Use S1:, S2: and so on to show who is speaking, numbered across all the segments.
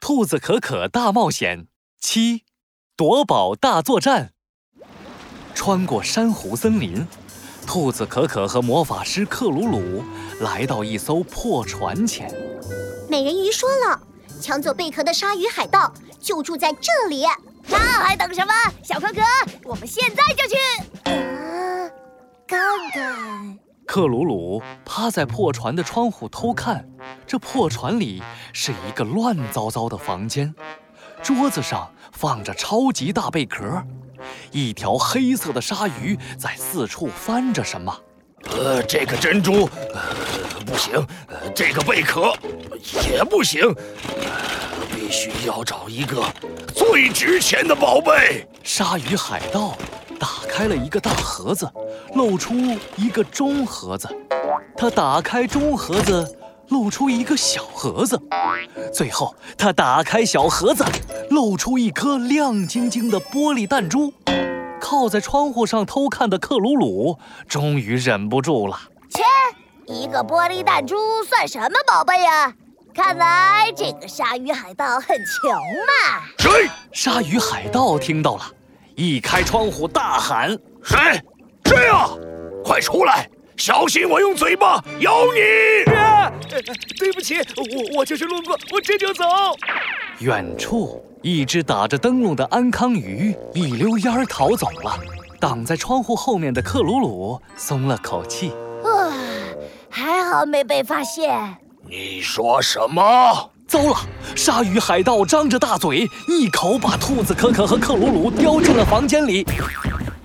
S1: 兔子可可大冒险七》夺宝大作战。穿过珊瑚森林，兔子可可和魔法师克鲁鲁来到一艘破船前。
S2: 美人鱼说了，抢走贝壳的鲨鱼海盗就住在这里。
S3: 那还等什么？小可可，我们现在就去！
S2: 啊，刚刚
S1: 克鲁鲁趴在破船的窗户偷看，这破船里是一个乱糟糟的房间，桌子上放着超级大贝壳，一条黑色的鲨鱼在四处翻着什么。
S4: 呃，这个珍珠，呃，不行，呃，这个贝壳也不行，呃，必须要找一个最值钱的宝贝。
S1: 鲨鱼海盗打开了一个大盒子，露出一个中盒子。他打开中盒子，露出一个小盒子。最后，他打开小盒子，露出一颗亮晶晶的玻璃弹珠。靠在窗户上偷看的克鲁鲁终于忍不住了。
S3: 切，一个玻璃弹珠算什么宝贝呀、看来这个鲨鱼海盗很穷
S2: 啊
S3: 嘛。
S4: 谁？
S1: 鲨鱼海盗听到了，一开窗户大喊。
S4: 谁？谁呀、快出来！小心我用嘴巴咬你！
S5: 对不起，我我就是路过，我这就走。
S1: 远处，一只打着灯笼的安康鱼一溜烟儿逃走了。挡在窗户后面的克鲁鲁松了口气。
S3: 啊，还好没被发现。
S4: 你说什么？
S1: 糟了！鲨鱼海盗张着大嘴，一口把兔子可可和克鲁鲁叼进了房间里。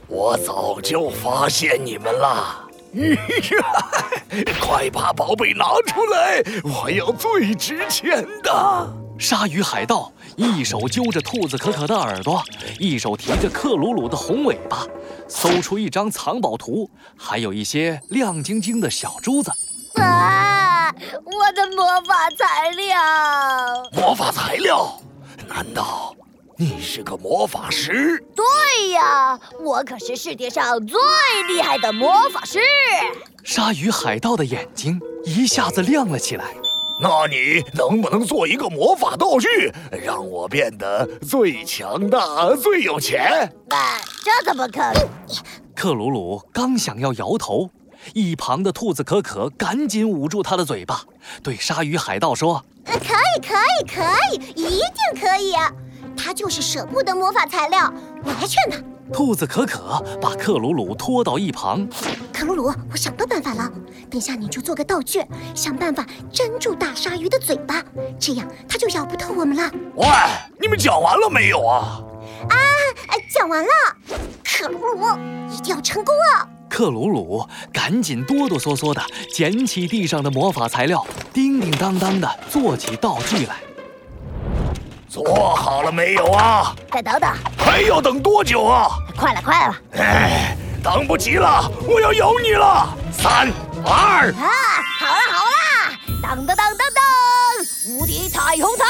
S4: 我早就发现你们了。 快把宝贝拿出来！我要最值钱的。
S1: 鲨鱼海盗一手揪着兔子可可的耳朵，一手提着克鲁鲁的红尾巴，搜出一张藏宝图，还有一些亮晶晶的小珠子。
S3: 啊，我的魔法材料！
S4: 魔法材料？难道你是个魔法师？
S3: 对哎呀，我可是世界上最厉害的魔法师。
S1: 鲨鱼海盗的眼睛一下子亮了起来。
S4: 那你能不能做一个魔法道具，让我变得最强大、最有钱？
S3: 啊，这怎么可能？
S1: 克鲁鲁刚想要摇头，一旁的兔子可可赶紧捂住他的嘴巴，对鲨鱼海盗说
S2: 呃，可以，可以，可以，一定可以。它就是舍不得魔法材料，我来劝它。：“
S1: 兔子可可把克鲁鲁拖到一旁。
S2: 克鲁鲁，我想到办法了，等下你就做个道具，想办法粘住大鲨鱼的嘴巴，这样它就咬不透我们了。
S4: 喂，你们讲完了没有啊？
S2: 哎，讲完了，克鲁鲁一定要成功啊！”
S1: 克鲁鲁赶紧哆哆嗦嗦地捡起地上的魔法材料，叮叮当当地做起道具来。
S4: 做好了没有啊？
S3: 再等等，
S4: 还要等多久啊？
S3: 快了，快了！
S4: 哎，等不及了，我要咬你了！三二，
S3: 啊，好了好了，当当当当当，无敌彩虹糖，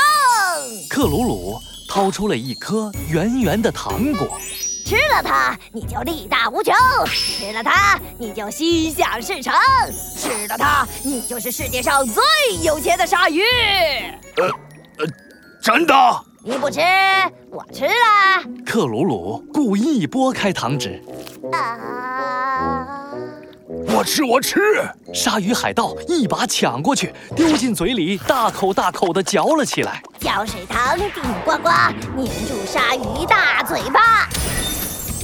S1: 克鲁鲁掏出了一颗圆圆的糖果，
S3: 吃了它你就力大无穷，吃了它你就心想事成，吃了它你就是世界上最有钱的鲨鱼。
S4: 真的？
S3: 你不吃，我吃啦。
S1: 克鲁鲁故意拨开糖纸，
S2: 啊，
S4: 我吃，我吃！
S1: 鲨鱼海盗一把抢过去，丢进嘴里，大口大口地嚼了起来。
S3: 胶水糖顶呱呱，粘住鲨鱼大嘴巴。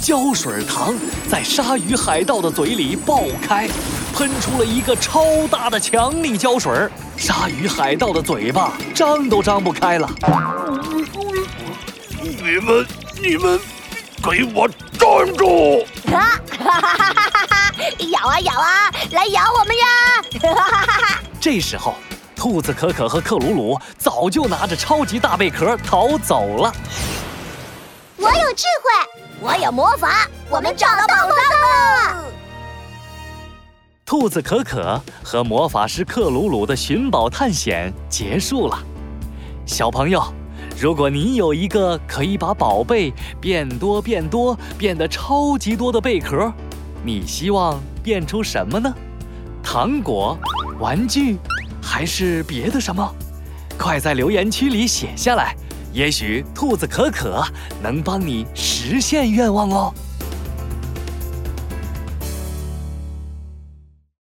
S1: 胶水糖在鲨鱼海盗的嘴里爆开，喷出了一个超大的强力胶水儿。鲨鱼海盗的嘴巴张都张不开了。
S4: 你们，你们，给我站住！
S3: 啊，哈哈哈哈哈哈！咬啊咬啊，来咬我们呀！ 哈哈哈哈！
S1: 这时候，兔子可可和克鲁鲁早就拿着超级大贝壳逃走了。
S2: 我有智慧，
S3: 我有魔法，我们找到宝藏了！
S1: 兔子可可和魔法师克鲁鲁的寻宝探险结束了。小朋友，如果你有一个可以把宝贝变多、变多、变得超级多的贝壳，你希望变出什么呢？糖果、玩具，还是别的什么？快在留言区里写下来，也许兔子可可能帮你实现愿望哦。